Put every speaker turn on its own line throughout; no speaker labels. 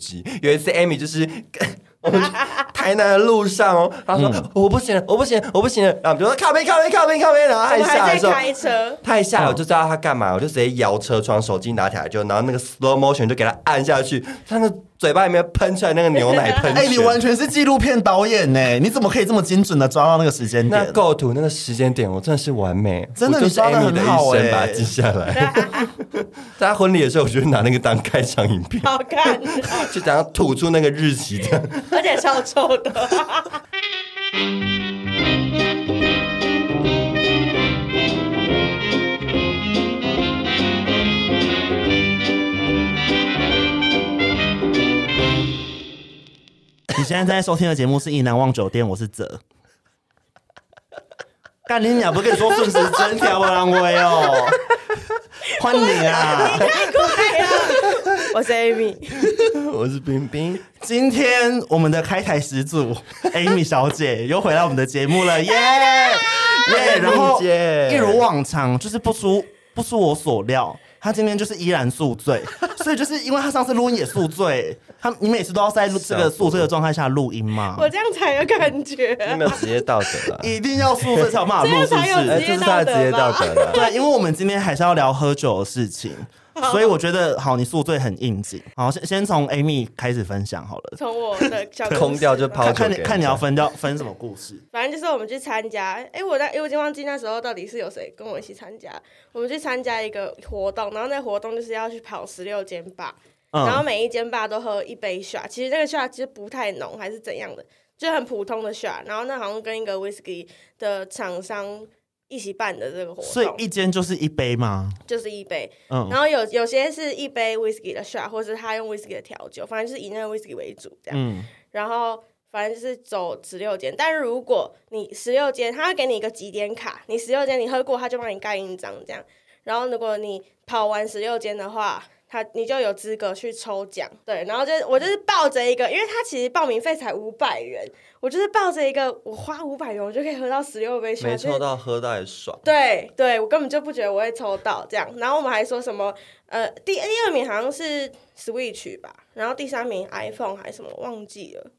机。有一次，Amy 就是 我们台南的路上哦，她说、我不行了，我不行了，我不行了，然后我们就说靠边靠边靠边靠边，然后她
我
一
们
下来
还
的时候
在。开车，
她一下来我就知道她干嘛，我就直接摇车窗，手机拿起来就，然后那个 slow motion 就给她按下去，她那嘴巴里面喷出来那个牛奶 喷泉。
哎、你完全是纪录片导演呢、你怎么可以这么精准的抓到那个时间
那
点？
构图那个时间点，我真的是完美，
真的
我就是
你抓得
Amy 的啊
很好
一生
欸
把它记下来。在她婚礼的时候，我就拿那个当开场影片，
好看，
就想要吐出那个日期这样。
而且超臭的。
你现在在收听的节目是《意难忘酒店》，我是泽。干你娘！不跟你说顺时针条不让位哦，欢迎啊！
我是 Amy，
我是冰冰，
今天我们的开台 始祖 Amy 小姐又回来我们的节目了，耶耶！然后
姐
一如往常，就是不出不出我所料，她今天就是依然宿醉， 所以就是因为她上次录音也宿醉，她你每次都要在录这个宿醉的状态下录音嘛，，
我这样才有感觉，
你没有职业道德啊了
一定要宿醉才有办法录，是
这样才有
不
职
是
业？
哎，这是他的职业道德 了。
对，因为我们今天还是要聊喝酒的事 情，所以我觉得好，你宿醉很应景。好，先先从 Amy 开始分享好了，
从我的小故事
空掉就抛酒
看看你
给人
看你
家
要分掉分什么故事？
反正就是我们去参加，哎、我在，哎、我已经忘记那时候到底是有谁跟我一起参加。我们去参加一个活动，然后那活动就是要去跑十六间坝，然后
嗯，
每一间吧都喝一杯 shot，其实那个 shot 其实不太浓，还是怎样的，就很普通的 shot。然后那好像跟一个 whisky 的厂商一起办的这个活
所以
动，
一间就是一杯吗？
就是一杯。
嗯
然后有有些是一杯 whisky 的 shot，或者是他用 whisky 的调酒，反正就是以那个 whisky 为主这样。
嗯，
然后反正就是走十六间，但是如果你十六间，他会给你一个几点卡，你十六间你喝过，他就帮你盖印章这样。然后如果你跑完十六间的话，他你就有资格去抽奖，对。然后就是我就是抱着一个，因为他其实报名费才五百元，我就是抱着一个我花五百元我就可以喝到十六杯水，
没
就是
抽到喝到也爽，
对对，我根本就不觉得我会抽到这样。然后我们还说什么，呃，第第二名好像是 Switch 吧，然后第三名 iPhone 还是什么忘记了，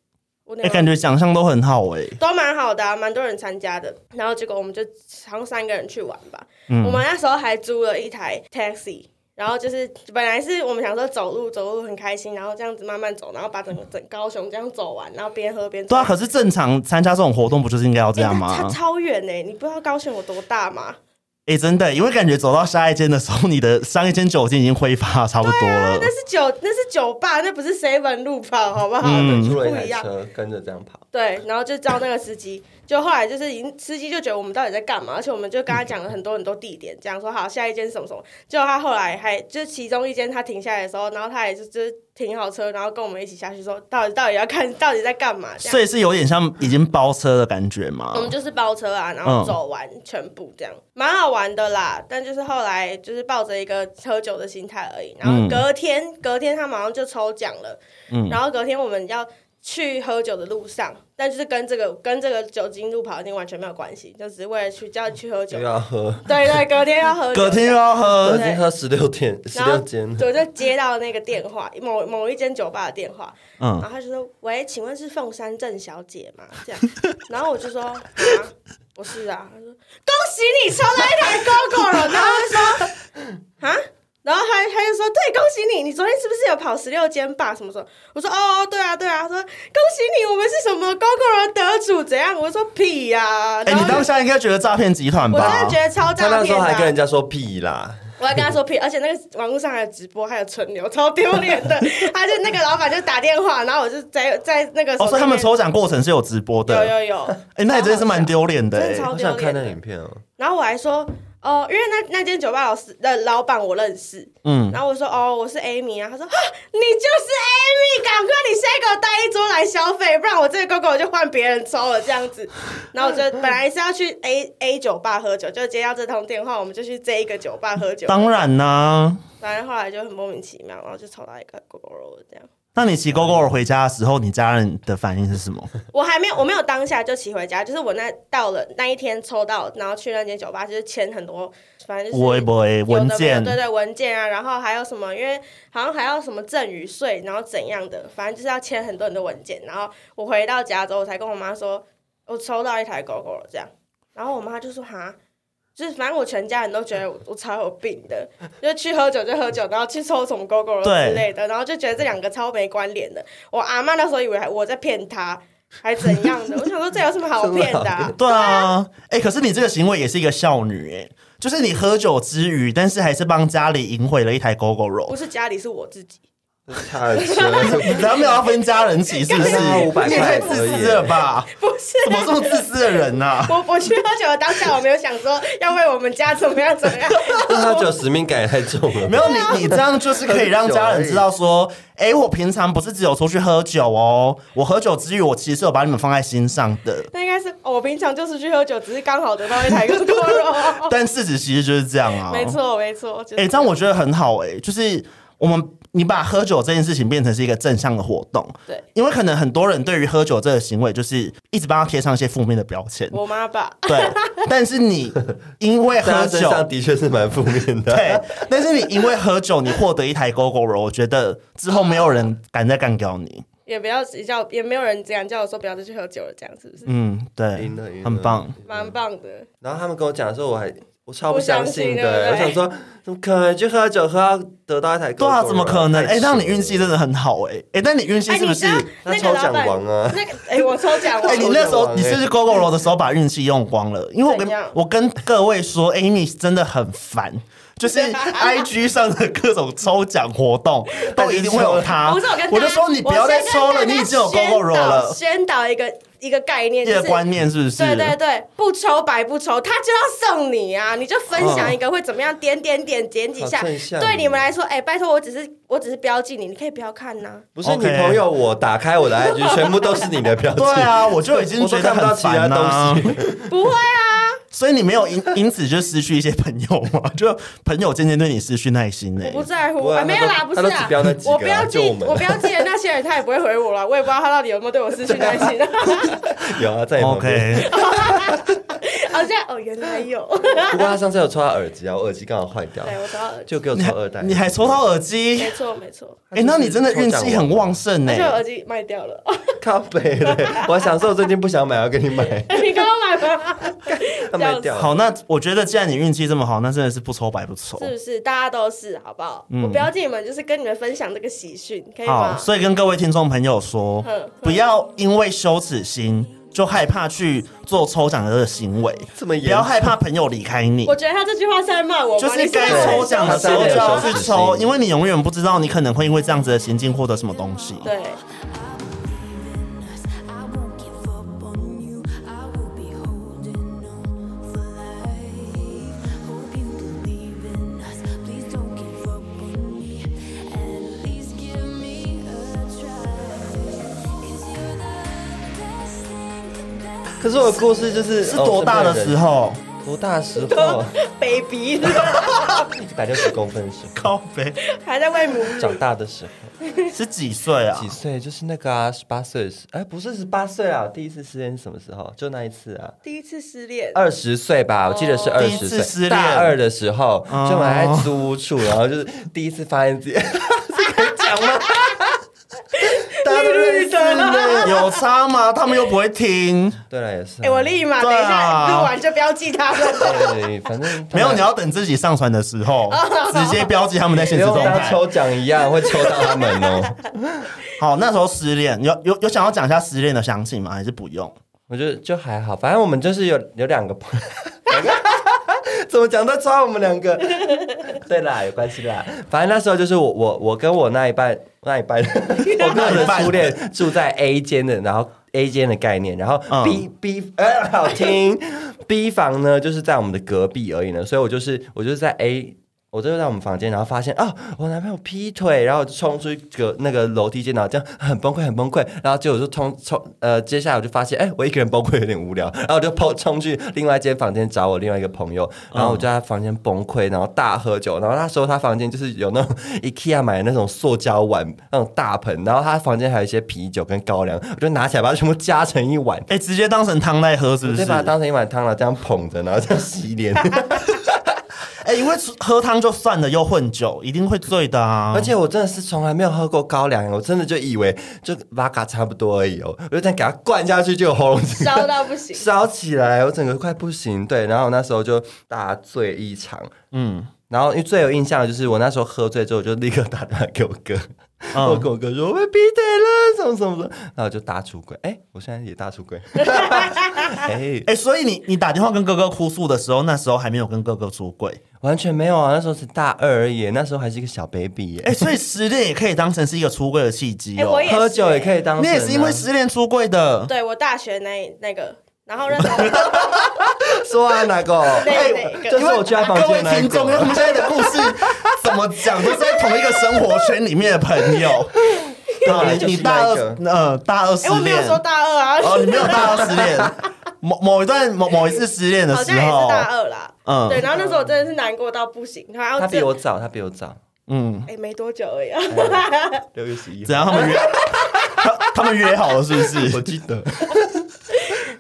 我那
哎，感觉奖项都很好哎。
都蛮好的、啊，蛮多人参加的。然后结果我们就好像三个人去玩吧。
嗯
我们那时候还租了一台 taxi，然后就是本来是我们想说走路走路很开心，然后这样子慢慢走，然后把整个整高雄这样走完，然后边喝边走。
对啊，可是正常参加这种活动不就是应该要这样
欸它
吗？
超远呢、你不知道高雄有多大吗？
哎，真的，因为感觉走到下一间的时候，你的上一间酒精已经挥发差不多了
啊那。是酒，那是酒吧，那不是 seven 路跑，好不好？
嗯
那
嗯出
不
了一台
一样。
车跟着这样跑，
对，然后就招那个司机，就后来就是已经司机就觉得我们到底 在干嘛，而且我们就跟他讲了很多很多地点，讲说好下一间什么什么，结果他后来还就其中一间他停下来的时候，然后他也就就是停好车，然后跟我们一起下去说到底到底要看到底在干嘛这样，
所以是有点像已经包车的感觉嘛
我。们就是包车啊，然
嗯
后走完全部这样，蛮好玩的啦。但就是后来就是抱着一个喝酒的心态而已，然后
嗯
隔天、隔天他马上就抽奖了，然后隔天我们要去喝酒的路上，但就是跟这个跟这个酒精路跑已经完全没有关系，就只是为了去叫去喝酒
又。要喝，
对 对，隔天要喝酒，
啊隔天又要
我
喝
已，经喝十六天十
然后
六间了，
对，就接到那个电话，某某一间酒吧的电话，
嗯
然，后他就说：“喂，请问是凤山郑小姐吗？”这 样，然后我就说：“啊，不是啊。”他说：“恭喜你抽到一台 GoGo 了。”然后我就 说：“啊。”然后他他就说：“对，恭喜你！你昨天是不是有跑十六间吧？什么什么？”我说：“哦，对啊，对啊。”他说：“恭喜你，我们是什么 GoGo 的得主？怎样？”我说：“屁呀、
哎、
然后
你当下应该觉得诈骗集团
我
吧？
真的觉得超
他
诈
那时
骗
候还跟人
的、
家说屁啦，
我还跟他说屁，而且那个网络上还有直播，还有存留，超丢脸的。他就那个老板就打电话，然后我就在在那个手
哦，所以他们
机
抽奖过程是有直播的。
有
哎、
有有，
那也真的是蛮丢脸的、
真的
哎
超
我
丢
想看
脸
那
的。
影片哦，
然后我还说，哦、因为那那间酒吧老师的老板我认识，
嗯，
然后我说，哦，我是 Amy 啊，他说， 啊，你就是 Amy，赶快你现在给我带一桌来消费，不然我这个狗狗我就换别人抽了这样子。然后我就本来是要去 A A 酒吧喝酒，就接到这通电话，我们就去这一个酒吧喝酒，
当然啦、
反正后来就很莫名其妙，然后就抽到一个狗狗肉这样。
那你骑 GoGo 回家的时候，你家人的反应是什么？
我还没有，我没有当下就骑回家，就是我那到了那一天抽到，然后去那间酒吧，就是签很多，反正就是
我不会
有的
文
没有
件
对对文件啊，然后还有什么，因为好像还要什么赠与税，然后怎样的，反正就是要签很多很多文件。然后我回到家之后，我才跟我妈说，我抽到一台狗狗了这样，然后我妈就说哈。就是反正我全家人都觉得我我超有病的，就去喝酒就喝酒，然后去抽什么狗狗
对
之类的，然后就觉得这两个超没关联的。我阿妈那时候以为还我在骗她，还怎样的？我想说这有什么好骗的、啊？
对啊，哎、可是你这个行为也是一个孝女哎、就是你喝酒之余，但是还是帮家里赢回了一台 GoGo
不
roll，
是家里是我自己，
太 扯，
然后没有要分家人骑，是不是？
干嘛
你也太自私了吧？
不是
怎么这么自私的人啊呐、
我我去喝酒的当下，我没有想说要为我们家怎么样怎么样。
这喝酒使命感也太重了。
没有你，你这样就是可以让家人知道说，哎、我平常不是只有出去喝酒哦，我喝酒之余，我其实有把你们放在心上的。
那应该是、哦我平常就是去喝酒，只是刚好得到一 台 GoGo
但事实其实就是这样啊，
没。错没错，就
哎、
是
这样我觉得很好哎、就是我们你把喝酒这件事情变成是一个正向的活动，
对
因为可能很多人对于喝酒这个行为，就是一直帮他贴上一些负面的标签。
我妈吧。
对，但是你因为
在
喝
他身
酒，
上的确是蛮负面的。
对，但是你因为喝酒，你获得一台 GoGo 罗，我觉得之后没有人敢再干掉你。
也不要只叫，也没有人这样叫我说不要再去喝酒了，这样是不是？
嗯，对
赢了，赢了
很棒。
蛮棒的，
然后他们跟我讲的时候，我还我超
不
不
相
相
信
信
对
的，
不
我
对
想说，怎么可能去喝酒喝到得到一台 GoGo
对
了？
啊，怎么可能？
太
哎，
扯
那你运气
了
真的很好哎哎，但你运气
哎，
是不
你
是
知？道
那
那
抽
个老
奖
板，
王啊，
那个哎，我抽奖
哎，
王，
你那时候你是不是 GoGo 罗的时候把运气用光了？因为我跟
怎样
我跟各位说，Amy 真的很烦，就 是 IG 上的各种抽奖活动都一定会有他。
不是我跟大家
啊我就说你不要再抽了，
我先跟大家
你已经有 GoGo 罗了，
宣导宣导一个一个概念，就
这
是
个观念是不啊是？
对对对，不抽白不抽，他就要送你啊！你就分享一个会怎么样，点点点点几下
好正，向哦
对你们来说，哎，拜托，我只是我只是标记你，你可以不要看呐。
不是你
OK
朋友，我打开我的 IG，全部都是你的标记。
对啊，我就已经
我
觉
都
得
看不到
很
其他
烦啊
东。西。
不会啊，
所以你没有因因此就失去一些朋友吗？就朋友渐渐对你失去耐心呢、欸
我不在乎，
不会啊
啊没有啦，
他
不
都
是
他都
啊
只标那几，个啊
我不要记，
就我们
我不要记得那些人，他也不会回我了，我也不知道他到底有没有对我失去耐心。
有啊，在你旁边。
OK，
好像哦，原来有，
不过他上次有抽到耳机啊，我耳机刚好坏掉，
对我知道了，
就给我抽二代。
哎你 还抽到耳机？
没错没错，
哎、那你真的运气很
啊
旺盛欸呢、
而且我耳机卖掉了，
咖啡嘞？ 我还想说，我最近不想买，要给你买，
你刚刚买吗？
他卖掉了。
好，那我觉得既然你运气这么好，那真的是不抽白不抽。
是不是？大家都是，好不好？我标记你们，就是跟你们分享这个喜讯，可以
嗯好，
吗？
所以跟各位听众朋友说
嗯，
不要因为羞耻心就害怕去做抽奖的这个行为，
这么严
不
重
要害怕朋友离开你。
我觉得他这句话是在骂我吧，
就是
你
该
在骂我
抽奖的时候就要去抽，因为你永远不知道你可能会因为这样子的行径获得什么东西。
对，
I believe in us. I won't give up on you. I will be holding on for life. Hope you believe in us. Please don't give up on me. At least give me a try. you you're the best thing that
可是我的故事就是
是多大的时？ 候？
哦多大的时候？
baby
一百六十公分的时候，
高飞
还在喂母
长大的时候，
是几岁啊
几？岁？就是那个啊，十八岁的时，哎，不是十八岁啊，第一次失恋是什么时候？就那一次啊。
第一次失恋，
呃
二十岁吧，我记得是二
哦第一
十
次失
岁，
恋
大二的时候，
哦
就我还在租屋处，然后就是第一次发现 自己，是可以讲吗？大家都认识呢。
有差吗？他们又不会听。
对了，也是啊。
哎，我立马等
对
一
啊
下录完就标记他
哎
们。
对，反正他们
没有，你要等自己上传的时 候，直接标记他们在现
不
实
用
动
当
态。
抽奖一样会抽到他们哦。
好，那时候失恋，有有有想要讲一下失恋的详情吗？还是不用？
我觉得就还好，反正我们就是有有两个朋友， 怎么讲都抓我们两个。 对啦，有关系啦。反正那时候就是我我我跟我那一半那一半，我跟我的初恋住在 A 间的，然后 A 间的概念，然后
嗯
B、B 呃好听 B 房呢就是在我们的隔壁而已呢，所以我就是我就是在 A。我就在我们房间，然后发现啊，我男朋友劈腿，然后我就冲出去个那个楼梯间，然后这样很崩溃，很崩溃。然后结果就冲冲呃，接下来我就发现，哎，我一个人崩溃有点无聊， 然后我就跑冲去另外一间房间找我另外一个朋友，然后我就在他房间崩溃，然后大喝酒。然后那时候他房间就是有那种 IKEA 买的那种塑胶碗那种大盆，然后他房间还有一些啤酒跟高粱，我就拿起来把它全部加成一碗，
哎、直接当成汤来喝是不
我
是
就？把它当成一碗汤了，这样捧着，然后这样洗脸。
哎、因为喝汤就算了，又混酒，一定会醉的啊！
而且我真的是从来没有喝过高粱，我真的就以为就拉嘎差不多而已哦，我就这样给它灌下去，就有喉咙紧
烧到不行。
烧起来，我整个快不行。对，然后我那时候就大醉一场，
嗯，
然后因为最有印象的就是我那时候喝醉之后，我就立刻打电话给我哥，
嗯
我跟我哥说我被劈腿了，什么什么的，然后我就大出轨。哎，我现在也大出 轨。哎，
哎、所以你你打电话跟哥哥哭诉的时候，那时候还没有跟哥哥出轨。
完全没有啊，那时候是大二而已，那时候还是一个小 baby 耶。
哎、所以失恋也可以当成是一个出柜的契机
哎
哦。
我也是
喝酒也可以当成啊、
你也是因为失恋出柜的。
对我大学那那个，然后那 时候
说啊，哪个？
那那个
就是我去他房
各位
间的那一
听众，因为
个
我。们现在的 故事怎么讲，都是在同一个生活圈里面的朋 友。好，你你大
就是那
二
一
呃大二失
哎，我没有
恋，
说大二啊，
哦，你没有大二失恋，某某一段某某一次失恋的
好
时
像也是
候，
大二啦。
嗯
对，然后那时候我真的是难过到不行，然后
他比
这
我早，他比我早，
嗯，
哎没多久而已啊。
六月十一
怎样？他 们约他他们约好了是不是？
记得。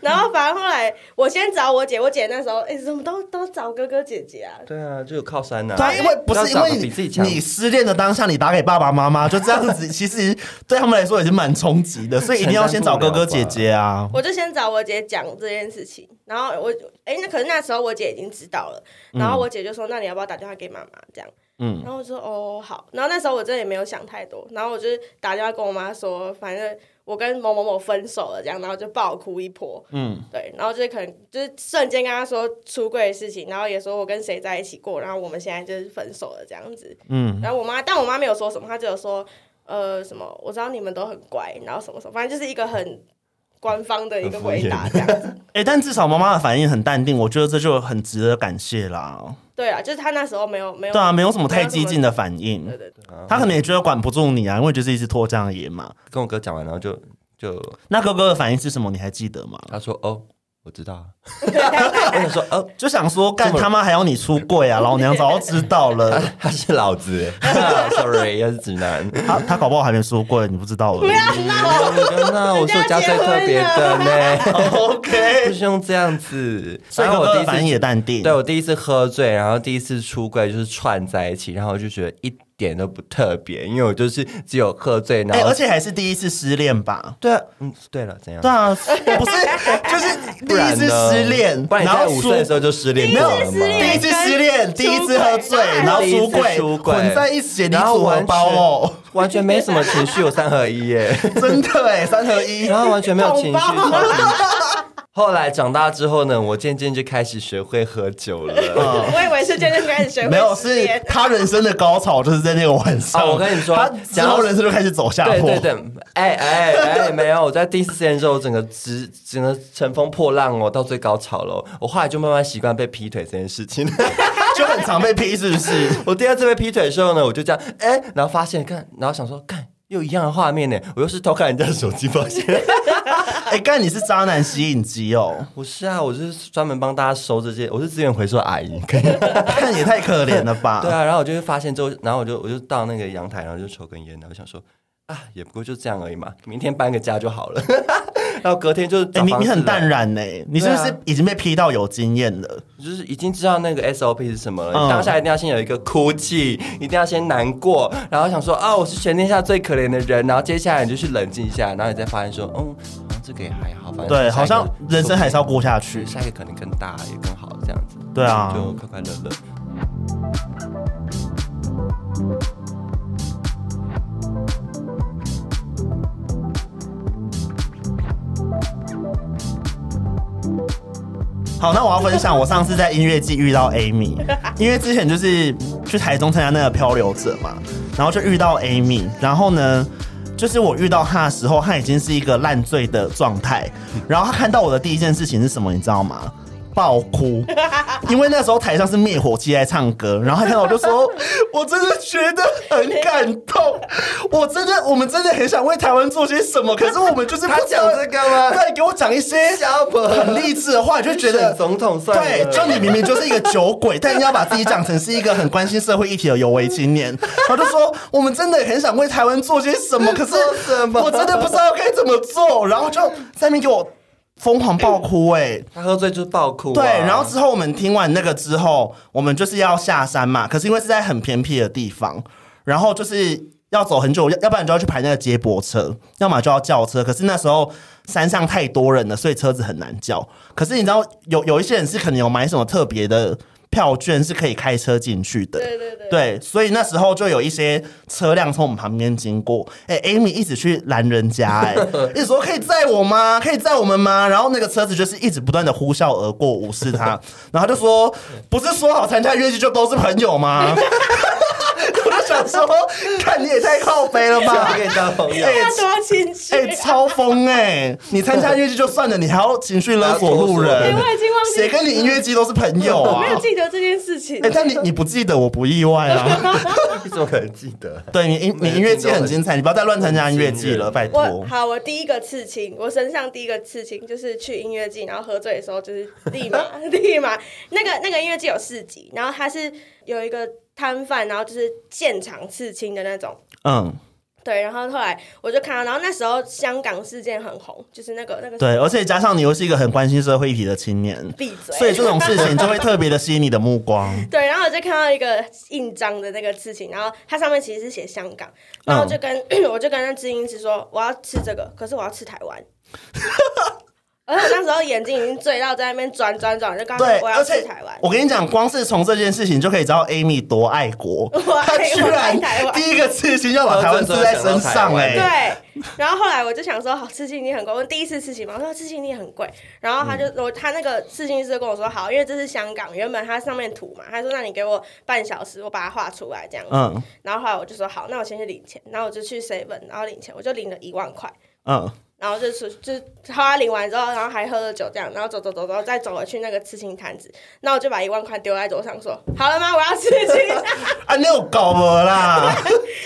然后反正后来我先找我姐，我姐那时候哎怎么都都找哥哥姐姐啊，
对啊，就有靠山呐、
对啊，因为不
要
是因
找个
为
比自己
你
强。
你失恋的当下，你打给爸爸妈妈，就这样子，其实对他们来说也是蛮冲 击的，所以一定要先找哥哥姐姐啊。
我就先找我姐讲这件事情，然后我哎、那可是那时候我姐已经知道了，然后我姐就说、那你要不要打电话给妈妈这样？
嗯
嗯，然后我说哦好，然后那时候我真的也没有想太多，然后我就打电话跟我妈说，反正我跟某某某分手了这样，然后就爆哭一波，
嗯，
对，然后就是可能就是瞬间跟她说出柜的事情，然后也说我跟谁在一起过，然后我们现在就是分手了这样子，
嗯
嗯，然后我妈，但我妈没有说什么，她只有说呃什么我知道你们都很乖，然后什么什么，反正就是一个很。官方的一个
很敷
回
衍
答这样子，
哎、但至少妈妈的反应很淡定，我觉得这就很值得感谢啦。
对啊，就是他那时候没有没有
对啊，没有什么太激进
的，
的反应
嗯
对，对对，
他可能也觉得管不住你啊，因为就是一直拖这样的野嘛。
跟我哥讲完，然后就就
那哥哥的反应是什么？你还记得吗？
他说哦，我知道 啊。我想说哦，
就想说，干
这么
他妈还要你出柜啊！老娘早就知 道了，
哎他是老子 耶，sorry，他是直男。
他他搞不好还没出柜，你不知道而
不
已。
要闹，
那我是我家最特别的呢， 不
OK，
是用这样子。
所以
然后
哥
我
哥
第一
的反应也
次，
淡定。
对我第一次喝醉，然后第一次出柜就是串在一起，然后我就觉得一点都不特别，因为我就是只有喝醉，然
哎，
后
而且还是第一次失恋吧？
对啊，嗯，对了，怎样
对？啊，不 是，就是第
不
一
然
次
呢
失恋，
不然你
然
在
后
五岁的时
出
候就失恋
第一
过
次
了吗？
失
第一
恋
次失恋，第一次喝
出
醉，
轨
然后出
第一
柜，
次出柜
混在一起，你
然后
组合
完
包哦，
全 完全没什么情绪，有三合一耶，
真的哎，三合一。
然后完全没有情绪。
懂
超
吧
级后来长大之后呢，我渐渐就开始学会喝酒了。
嗯
我以为是真正开始学会
没有，
失
是
恋
他人生的高潮就是在那个晚上。
哦我跟你说
他之后人生就开始走下坡。
对对对，哎哎哎，没有，我在第一次时间的时候，我整个直整个乘风破浪哦，到最高潮了哦。我后来就慢慢习惯被劈腿这件事情。
就很常被批，是不是？
我第二次被劈腿的时候呢，我就这样，哎，然后发现看，然后想说，看又一样的画面呢，我又是偷看人家的手机发现。
哎、干你是渣男吸引机哦，
不是啊，我就是专门帮大家收这些，我是资源回收阿姨。可以
看也太可怜了吧？
对啊，然后我就会发现之后，然后我就我就到那个阳台，然后就抽根烟，然后我想说啊，也不过就这样而已嘛，明天搬个家就好了。 然后隔天就
哎、
找
你
房
你
子
很
了
淡，然呢、你是不
对
是
啊
已经被批到有经验了？
就是已经知道那个 SOP 是什么了。
嗯
当下一定要先有一个哭泣，一定要先难过，然后想说啊，我是全天下最可怜的人。然后接下来你就去冷静一下，然后你再发现说，嗯，好像这个也还好，反正
对，
下一个
好像人生还是要过下
说
去
不定。下一个可能更大也更好这样子。
对啊
就快快乐乐。
好，那我要分享我上次在音乐季遇到 Amy，因为之前就是去台中参加那个漂流者嘛，然后就遇到 Amy，然后呢，就是我遇到她的时候， 她已经是一个烂醉的状态，然后她看到我的第一件事情是什么，你知道吗？爆 哭，因为那时候台上是灭火器在唱歌，然后他看到我 就说，我真的觉得很感动，我真的我们真的很想为台湾做些什么，可是我们就是不
他
知道
讲这个吗
对，给我讲一些
小本
很励志的话，你就觉得
选总统算了
对，就你明明就是一个酒 鬼，但你要把自己讲成是一个很关心社会议题的有为青年，他就说我们真的很想为台湾做些什么，可是
做什么
我真的不知道该怎么做，然后就在那边给我疯狂爆哭哎、
他喝醉就爆哭、啊。
对，然后之后我们听完那个之后，我们就是要下山嘛，可是因为是在很偏僻的地方，然后就是要走很久，要要不然就要去排那个接驳车，要么就要叫车。可是那时候山上太多人了，所以车子很难叫。可是你知道，有有一些人是可能有买什么特别的票券，是可以开车进去的。
对对对，
对，所以那时候就有一些车辆从我们旁边经过，哎、a m y 一直去拦人家、哎， 一直说可以载我吗？可以载我们吗？然后那个车子就是一直不断的呼啸而过，无 视他，然后他就说，不是说好参加约剧就都是朋友吗？ 我就想说，看你也太靠背了吧
交。 给当朋友
哎。
他多情绪
哎、
啊。
超疯哎、你参加乐季就算了，你还要情绪勒索路
哎
人
我已经忘，记
谁跟你音乐季都是朋友 啊？
没有记得这件事情
哎、，但你你不记得，我不意外啊。
你怎么可能记得？啊
对你音你音乐季很精彩，你不要再乱参加音乐季了，拜
我
托。
好，我第一个刺青，我身上第一个刺青就是去音乐季，然后喝醉的时候就是立 马立马那个那个音乐季有市集，然后它是有一个摊贩，然后就是现场刺青的那种。
嗯，
对，然后后来我就看到，然后那时候香港事件很红，就是那个那个
对，而且加上你又是一个很关心社会议题的青年，
闭嘴，
所以这种事情就会特别的吸引你的目 光。
对，然后我就看到一个印章的那个刺青，然后它上面其实是写香港，然
嗯
后我就跟、 我就跟那知音是说我要吃这个，可是我要吃台湾。 而且我那时候眼睛已经醉到在那边转转转，就刚
对，
我要
而
吃
且
台湾，
我跟你讲，光是从这件事情就可以知道 Amy 多爱国，
我爱
她居
我爱
然
台湾
第一个事情要把台湾刺在身上，哎，
对。然后后来我就想说，好，刺青一定很贵，我第一次刺青嘛，我说刺青一定很贵。然后他就、
嗯
我他那个刺青师就跟我说，好，因为这是香港，原本它上面图嘛，他说那你给我半小时，我把它画出来这样子。
嗯
然后后来我就说好，那我先去领钱，然后我就去 seven，然后领钱，我就领了一万块，
嗯，
然后就是就是后来领完之后，然后还喝了酒这样，然后走走走走，再走回去那个刺青摊子，那我就把一万块丢在桌上说好了吗？我要刺青，
啊，你有搞我啦，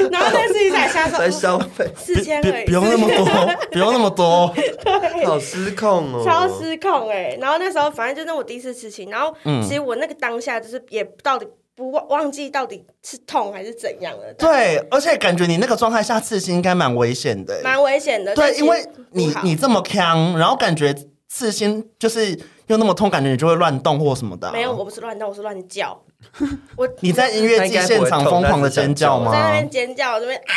然后那刺青台下
在
说
消费，
四千而
别
已，
不用那么 多，不用那么多，
好失控哦，
超失控哎、然后那时候反正就是我第一次刺青，然后
嗯
其实我那个当下就是也到底不忘忘记到底是痛还是怎样了，
对，而且感觉你那个状态下刺青应该蛮危险的，哎
蛮危险的。呃但
对，
其实
因为你
不好
你这么强，然后感觉刺心就是又那么痛，感觉你就会乱动或什么的、啊
没有，，我不是乱动，我是乱叫。 我
你在音乐季现场疯狂的尖叫
我在那
吗
边？尖叫，我这边啊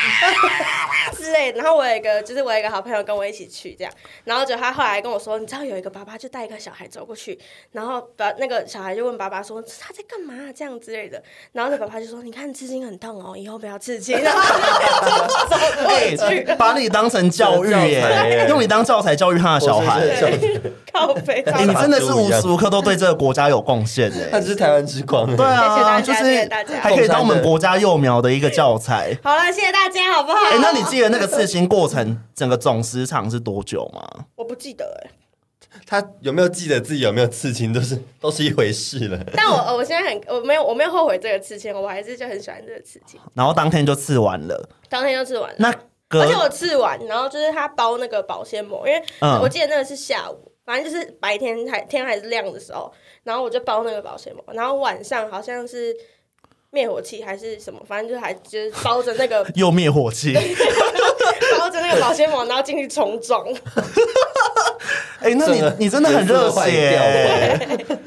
之类的。然后我有一个，就是我有一个好朋友跟我一起去这样，然后就他后来跟我说，你知道有一个爸爸就带一个小孩走过去，然后把那个小孩就问爸爸说他在干嘛、这样之类的，然后那爸爸就说你看刺青很痛哦，以后不要刺青。然后就走过去，
哎把你当成教育耶、
教材耶
用你当教材教育他的小孩。
我是
哎
教
对，靠背。超
你
好
真的是
啊
无时无刻都对这个国家有贡献
他
哎。
只是台湾之光欸而已。
对啊，
谢谢大家
就
谢
是
谢大家
还可以当我们国家幼苗的一个教材。
好了，谢谢大家，好不好？
哎、那你记得那个刺青过程整个总时长是多久吗？
我不记得哎、
他有没有记得自己有没有刺青，都是都是一回事了。
但我呃我现在很我没有我没有后悔这个刺青，我还是就很喜欢这个刺青。
然后当天就刺完了。
当天就吃完了。
那隔
而且我吃完，然后就是他包那个保鲜膜，因为
呃嗯
我记得那个是下午，反正就是白天还天还是亮的时候，然后我就包那个保鲜膜，然后晚上好像是灭火器还是什么，反正就还就是包着那个
又灭火器。
包着那个保鲜膜，然后进去重 装。
哎、 那
整个
你你真的很热
颜色坏
血、欸
掉了欸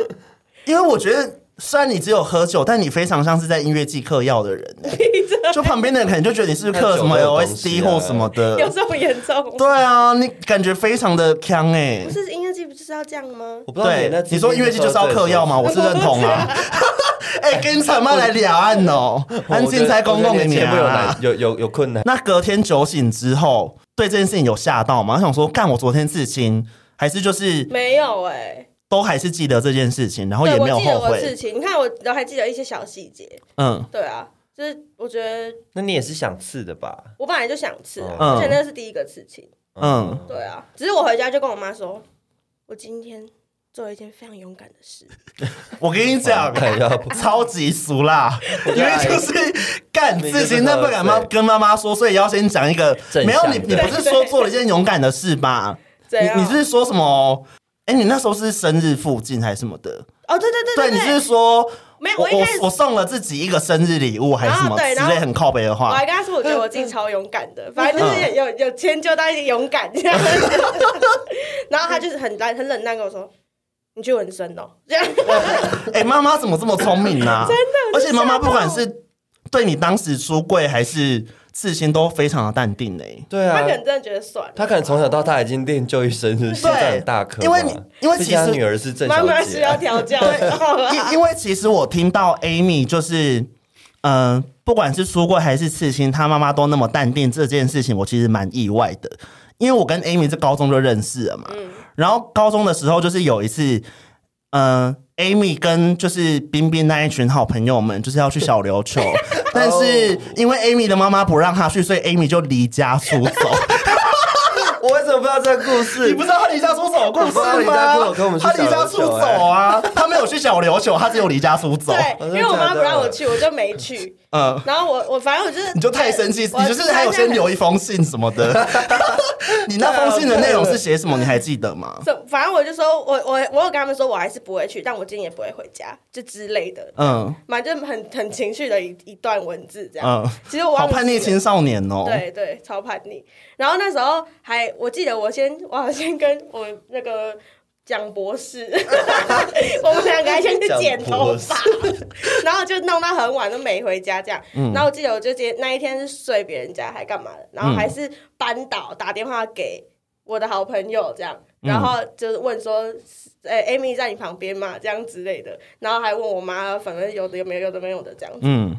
因为我觉得虽然你只有喝酒，但你非常像是在音乐季嗑药的人、欸 就旁边的人可能就觉得你是不是嗑什么
那酒都有东西
LSD
啊
或什么的。
有这么严重？
对啊，你感觉非常的呛哎、
不是音乐季不就是要这样吗？
我不知道你
对
那，
你说音乐季就是要嗑药吗？我 是认同啊。 哎、跟陈妈来两岸哦、安静在公共里
里
面
面有
啊
难。有有有困难，
那隔天酒醒之后，对这件事情有吓到吗？想说，干我昨天刺青，还是就是
没有哎、
都还是记得这件事情，然后
对
哦也没有
我记得
后
我的事
悔。
情，你看我都还记得一些小细节。
嗯，
对啊，就是我觉得
那你也是想刺的吧？
我本来就想吃啊，
嗯
而且那是第一个刺青。
嗯
对啊，只是我回家就跟我妈说，我今天做了一件非常勇敢的 事。
我跟你讲，
对啊 要不
超级俗啦，啊因为就是干
你就
事
是
情，那不敢妈
喝醉
跟妈妈说，所以要先讲一个
正。
没有
向
你，
的
你不是说做了一件勇敢的事吧？
怎样
你你是说什么？哎，你那时候是生日附近还是什么的？
哦，对对对
对，你是说
没有
我
我一开始
我送了自己一个生日礼物还是什么
啊对
之
然后
类很靠北的
我
话
还？跟他说，我觉得我自己超勇敢
嗯
的，反正就是有有迁就到一些勇敢 这样。然后他就是很冷很冷淡跟我说：“你去纹身哦。”这样，
哎，妈妈怎么这么聪明呢？ 真
的
而且妈妈
我就吓到
不管是对你当时出柜还是刺青，都非常的淡定哎、
对
他
啊
可，能真的觉得算了，
他可能从小到大已经练就一身是心脏大颗嘛，
因为你因为
毕
其实
竟他女儿是郑
妈妈
小
需
姐
要
啊，
调教的，好吧
因因为其实我听到 Amy 就是，嗯、不管是出柜还是刺青，她妈妈都那么淡定这件事情，我其实蛮意外的。因为我跟 Amy 在高中就认识了嘛，然后高中的时候就是有一次，嗯、a m y 跟就是冰冰那一群好朋友们就是要去小琉 球，但是因为 Amy 的妈妈不让她去，所以 Amy 就离家出走。
我为什么不知道这个故事？
啊你不知道他离家出走的故事
我不知道离家出走跟我
吗
们？去
他离家出走啊，
哎
他没有去小琉球，他只有离家出走。
对，因为我妈不让我去，我就没去。
嗯，
然后我我反正我就是
你就太生气，
我
你就是还有先留一封信什么 的。你那封
啊
信的内容是写什么？你还记得吗？
这反正我就说我我我有跟他们说我还是不会去，但我今年也不会回家，就之类的，
嗯
反正很很情绪的一一段文字这样。
嗯，
其实我忘
好
记
叛逆
了
青少年哦。
啊对对，超叛逆。然后那时候还，我记得我先，我好像跟我那个蒋博士，我们两个还先去剪头发，然后就弄到很晚都没回家这样。然后我记得我就接那一天是睡别人家还干嘛的，然后还是班导打电话给我的好朋友这样，然后就是问说。呃、a m y 在你旁边嘛，这样之类的，然后还问我妈，反正有的有没有，有的没有的这样子。
嗯，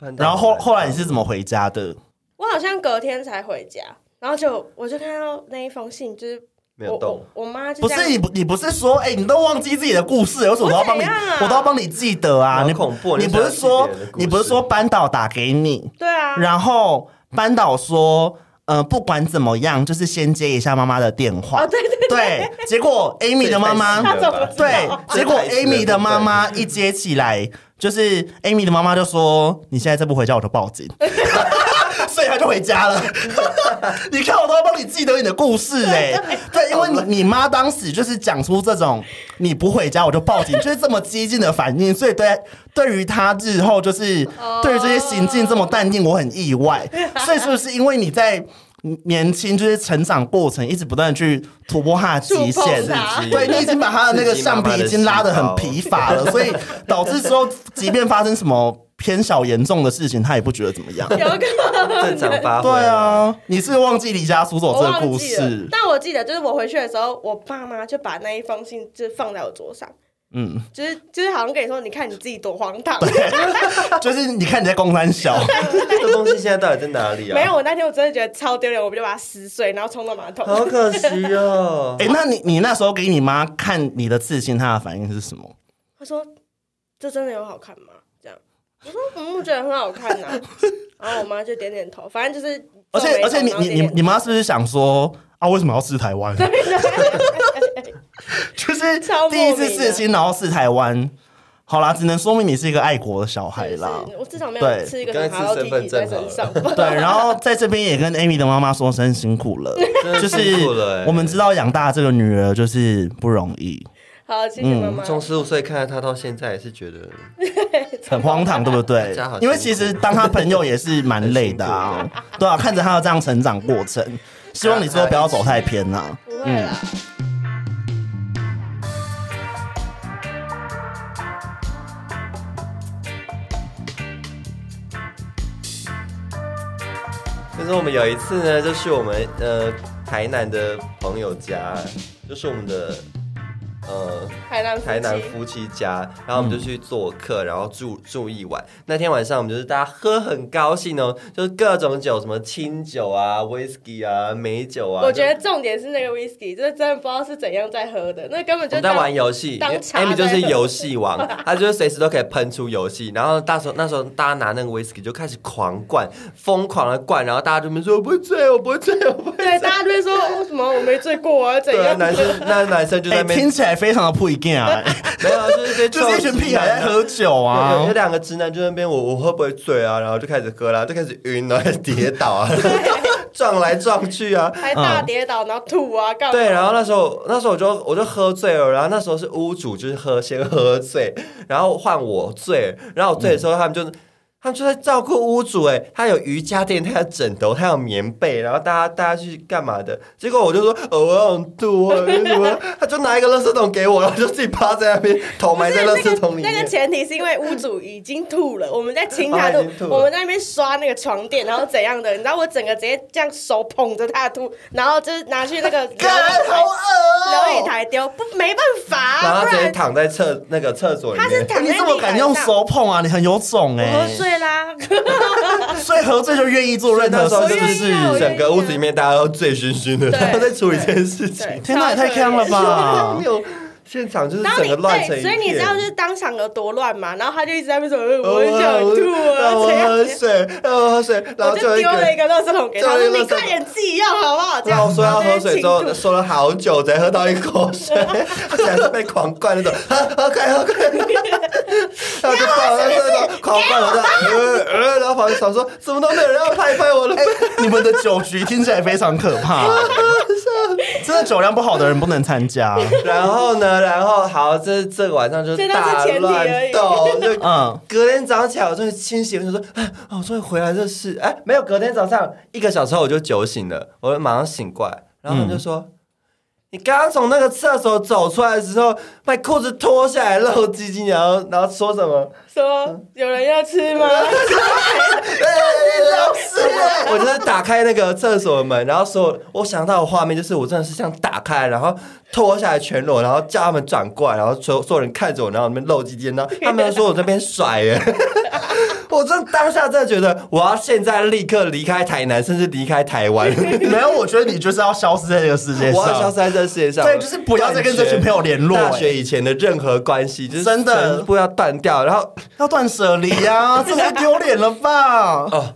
哎
然后后
啊
后来你是怎么回家的？
我好像隔天才回家，然后就我就看到那一封信，就是
没
我
有动
我，我妈就
不
这样
是你不，你不是说，哎、你都忘记自己的故事，有什么都要帮你，
我怎样啊
我都要帮你记得啊！
好
你
恐怖
你
你
不是说
想要记别人的，故事
你不是说班导打给你，
对啊，
然后班导说，呃，不管怎么样，就是先接一下妈妈的电话。
哦对对对，
对，结果 Amy 的妈妈，
这太细了吧
对，结果 Amy 的妈妈一接起来，就是 Amy 的妈妈就说：“你现在再不回家，我就报警。” 所以她就回家了。 你看，我都要帮你记得你的故事哎、对，因为你你妈当时就是讲出这种你不回家我就报警，就是这么激进的反应，所以对对于她日后就是
哦
对于这些行径这么淡定，我很意 外。所以是不是因为你在？年轻就是成长过程，一直不断地去突破她的极
触碰
限，
她
对你已经把她的那个橡皮筋拉得很疲乏了，所以导致之后，即便发生什么偏小严重的事情，她也不觉得怎么 样。
有个
正常发挥。
对，啊，你是忘记离家出走
我
这个
忘
故
记了
事，，
但我记得就是我回去的时候，我爸妈就把那一封信就放在我桌上，
嗯，
就是就是好像跟你说，你看你自己多荒唐。
就是你看你在公山小，
这东西现在到底在哪里啊？
没有，，我那天我真的觉得超丢脸，我就把它撕碎，然后冲到马桶。
嗯
好可惜哦。
哎、那你你那时候给你妈看你的刺青，她的反应是什么？
他说：“这真的有好看吗？”这样，我说：“嗯，我觉得很好看呐、啊然后我妈就点点头，反正就是皱眉头。
而且而且你
然后
你
点
你
点头
你妈是不是想说啊，为什么要试台湾？ 就是
超莫
第一
名的
次刺青，然后试台湾，好啦，只能说明你是一个爱国的小孩啦。
是是我至少没
对
有吃一个什么 Hello
你刚才
Kitty
吃
在
身份证好
身
了
上。
对，然后在这边也跟 Amy 的妈妈说声辛苦了，
真的
就
辛
是
苦了欸
我们知道养大这个女儿就是不容易，
好，
嗯
谢谢妈妈。
从十五岁看到他到现在，也是觉得
很荒唐，对不对
大家好辛苦
因为其实当他朋友也是蛮累的啊，对啊，看着他的这样成长过程，希望你之后不要走太偏啊。
不会啦，
就是我们有一次呢，就是我们呃台南的朋友家，就是我们的呃
台南夫妻
台南夫妻家，
嗯
然后我们就去做客，然后住住一晚。那天晚上我们就是大家喝很高兴哦，就是各种酒，什么清酒啊、whisky 啊、美酒啊。
我觉得重点是那个 whisky，这真的不知道是怎样在喝的，那根本
我
就
们在玩游戏，因
当
为
茶
Amy 就
在
是
喝
游戏王， 她就是随时都可以喷出游戏。然后大时候那时候大家拿那个 whisky 就开始狂灌，疯狂的灌，然后大家就没说我不会醉，我不会醉，我不会醉。
对，大家就会说为什么我没没罪过啊，怎
对啊，
样？
男生那男生就在
哎、
那边
听起来非常的不一定啊，
没有，就是被
就是一群屁孩在喝酒
有有有
啊。
两个直男就在那边，我我会不会醉啊？然后就开始喝啦、就开始晕啊，开 始跌倒啊，撞来撞去啊。
还
嗯
大跌倒，然后吐啊，干嘛？
对，然后那时候那时候我就我就喝醉了，然后那时候是屋主就是喝先喝醉，然后换我醉，然后我醉的时候他们就、他们就在照顾屋主哎、他有瑜伽垫，他有枕头，他有棉被，然后大家大家去干嘛的？结果我就说哦我想吐，我想什么？他就拿一个垃圾桶给我，然后就自己趴在那边头埋在垃圾桶里面。
那个前提是因为屋主已经吐了，我们在清
哦
他
他已经吐
吐，
了
我们在那边刷那个床垫，然后怎样的？你知道我整个直接这样手捧着他的吐，然后就是拿去那个琉
干好
琉
恶哦
璃台丢，不没办法
然
啊，
后
不
他直接
然
躺在厕那个厕所里
他是
面。
躺
你
在
这么
地
敢
板
用
上。
手碰啊？你很有种哎、
我喝醉啦，
所以喝醉就愿意做任何
那时候
事，
就是
我愿
不
意啊我
是
愿意？
整个屋子里面大家都醉醺醺的，
对
然后在处理这件事情。啊
对，
天哪，也太
超
坑了
可怜！
吧
没！有现场就是
然后
哎整
你
个乱成
对，
一片。
所以你知道就是当场有多乱嘛？然后他就一直在那边说：“
呃
我很想吐啊，
让我
怎样
喝水，让我喝水，然
我
后
就
一
丢了一
个。
个垃圾桶给他，
就
说
有一个垃
你
圾桶
快点自己要好不好？这
然
样
后说要喝水之
这
后，
边请
说了好久才喝到一口水，而且还是被狂灌那种，喝喝快喝快，然后就抱在那种狂灌我的，呃呃，然后旁边想说怎么都没有人要拍拍我 的背，
你们的酒局听起来非常可怕、真的酒量不好的人不能参加。
然后呢，然后好，这这个晚上就
这都是
大
前提而
乱
已
斗，就
嗯，
隔天早上起来，我终于清醒，我就说：“ 哎，啊我终于回来这是…… 哎，没有。”隔天早上一个小时后我就酒醒了，我就马上醒过来，然后他们就说：“
嗯
你刚刚从那个厕所走出来的时候，把你裤子脱下来露鸡鸡，然后然后说什么
说有人要吃吗？
老师，我就是打开那个厕所门，然后所有我想到的画面就是我真的是像打开，然后脱下来全裸，然后叫他们转过来，然后所有所有人看着我，然后那边露鸡鸡，然后他们说我这边甩 耶。我真的当下真的觉得，我要现在立刻离开台南，甚至离开台 湾，
没有，我觉得你就是要消失在这个世界
我要消
上
失。在这世界上。
对，就是不要再跟这群朋友联络、
大学
哎
以前的任何关系，就是
真的
全部要断掉。然后
要断舍离 啊！这太丢脸了吧？
哦，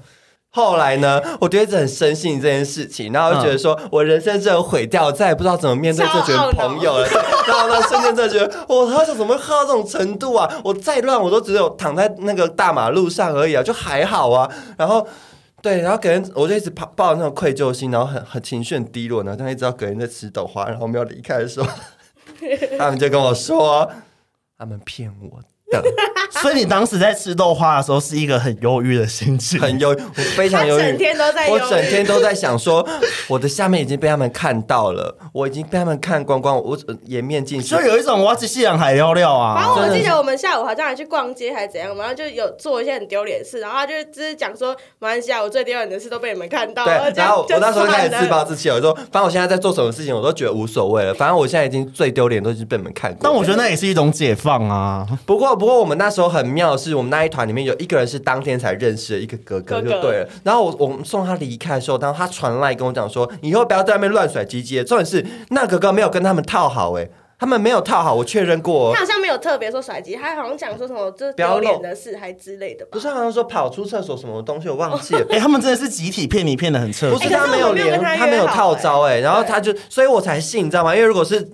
后来呢，我就一直很深信这件事情，然后我就觉得说、我人生真的毁掉，我再也不知道怎么面对这群朋友了。然后呢，瞬间就觉得我喝酒怎么会喝到这种程度啊？我再乱我都只有躺在那个大马路上而已啊，就还好啊。然后。对，然后给人我就一直抱抱着那种愧疚心，然后很很情绪很低落，然后但一直到给人在吃豆花，然后我们要离开的时候，他们就跟我说他们骗我的，
所以你当时在吃豆花的时候是一个很忧郁的心情，
很忧郁，我非
他
常忧郁，
整天都在忧
我
郁，
整天都在想说，我的下面已经被他们看到了，我已经被他们看光光，我呃颜面尽失
就。有一种我只信仰海料料
然后
啊。
我记得我们下午好像还去逛街还是怎样，然后就有做一些很丢脸的事，然后他就就是讲说马来西啊亚我最丢脸的事都被你们看到，
对，
哦这
然
样
后我
就
我那时候就开始
算
自
了
暴自弃，我说，反正我现在在做什么事情，我都觉得无所谓了。反正我现在已经最丢脸，都已经被你们看过。
但我觉得那也是一种解放啊！
不过，不过我们那时候很妙的是，我们那一团里面有一个人是当天才认识的一个哥哥，就
哥哥
对了。然后我我们送他离开的时候，当他传来跟我讲说，以后不要在外面乱甩鸡鸡了。重点是那哥哥没有跟他们套好、欸，他们没有套好，我确认过、哦
他。好像没有特别说甩机，他好像讲说什么就是
不要露
丢脸的事还之类的吧
不。是，好像说跑出厕所什么东西，我忘记了。
哎、他们真的是集体骗你骗的很彻
不
底
是。
哦欸可
他
是
没
我
有
没有
连，
跟他约
他没有套
好
招哎、
欸
然后他就，所以我才信，你知道吗？因为如果是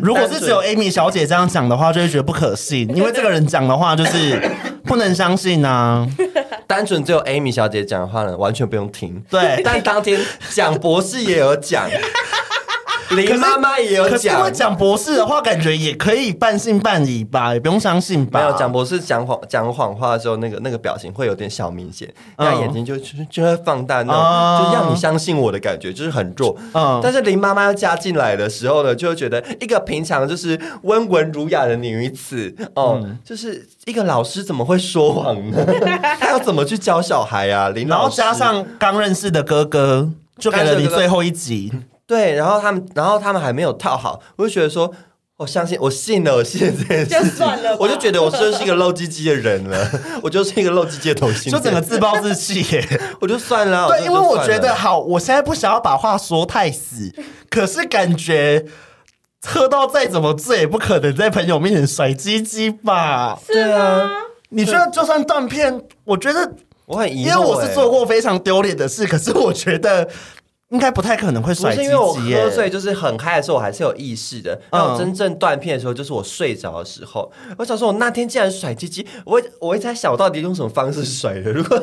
如果是只有 Amy 小姐这样讲的话，就会觉得不可信，因为这个人讲的话就是不能相信啊。
单纯只有 Amy 小姐讲的话呢，完全不用听。
对
但当天蒋博士也有 讲，林妈妈也有
可是因为
讲，
讲博士的话，感觉也可以半信半疑吧，也不用相信吧。
没有蒋博士讲谎讲谎话的时候，那个那个表情会有点小明显，
嗯
那眼睛就就就会放大那
哦
种，就让你相信我的感觉，就是很弱。
嗯
但是林妈妈要加进来的时候呢，就会觉得一个平常就是温文儒雅的女子哦，就是一个老师怎么会说谎呢？她 要怎么去教小孩啊？林
然
老
后
师
加上刚认识的哥哥，就给了你最后一集。
对，然后他们，然后他们还没有套好，我就觉得说。我相信，我信了，我信了这件事
就
情，
算了吧
我就觉得我真是一个漏鸡鸡的人了， 我就是一个漏鸡鸡的同性
就
恋，
整个自暴自弃 耶，
我就算了。
对，因为我觉得
好。
好，我现在不想要把话说太死，可是感觉喝到再怎么醉，也不可能在朋友面前甩鸡鸡吧？
对啊，
你觉得就算断片，我觉得
我很疑惑、
因为我
欸
是做过非常丢脸的事，可是我觉得应该不太可能会
不
甩
是
鸡
因为我
鸡耶嗯
喝。醉，就是很嗨的时候，我还是有意识的。然后真正断片的时候，就是我睡着的时候。我想说，我那天竟然甩鸡鸡，我我一直在想，我到底用什么方式甩的？如果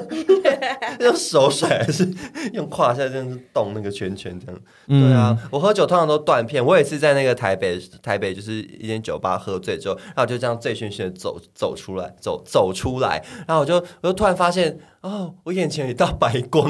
用手甩，还是用胯下这样子动那个圈圈这样？对啊，
嗯
我喝酒通常都断片。我也是在那个台北，台北就是一间酒吧喝醉之后，然后就这样醉醺醺的走走出来，走走出来，然后我就我就突然发现，哦，我眼前有一道白光。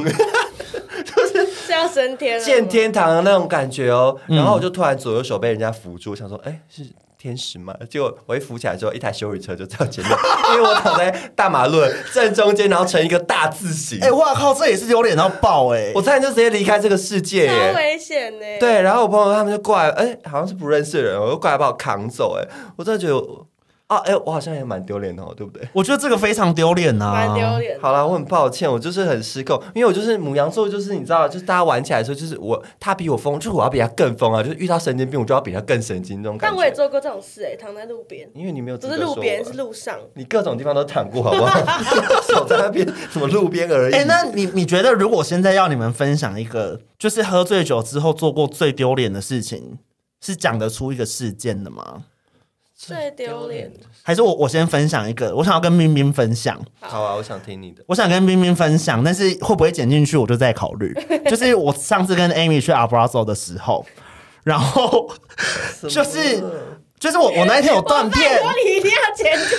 是要升天了，
见，天堂的那种感觉哦。然后我就突然左右手被人家扶住，想说，哎，是天使吗？结果我一扶起来之后，一台修理车就在我前面，因为我躺在大马路的正中间，然后成一个大字形，
哎、哇靠，这也是有脸到爆哎、
我差点就直接离开这个世界
超
耶。
危险呢。，
对，啊然后我朋友他们就过来，哎，好像是不认识的人，我就过来把我扛走，哎，我真的觉得我，啊，哎，我好像也蛮丢脸的哦，对不对？
我觉得这个非常丢脸啊呐，
蛮丢脸的。
好啦，我很抱歉，我就是很失控，因为我就是母羊座，就是你知道，就是大家玩起来的时候，就是我他比我疯，就是我要比他更疯啊，就是遇到神经病，我就要比他更神经那种感觉。
但我也做过这种事，哎，躺在路边，
因为你没有
不
资格
是
说我
路边，是路上。
你各种地方都躺过，好不好？ 手在那边什么路边而已。
哎、那你你觉得，如果现在要你们分享一个，就是喝醉酒之后做过最丢脸的事情，是讲得出一个事件的吗？
最丢脸的。
还是我我先分享一个，我想要跟冰冰分享，
好啊，我想听你的。
我想跟冰冰分享，但是会不会剪进去，我就再考虑。就是我上次跟 Amy 去 Abrazo 的时候，然后 就是就是我我那一天有断片
拜，托 你一定要前进，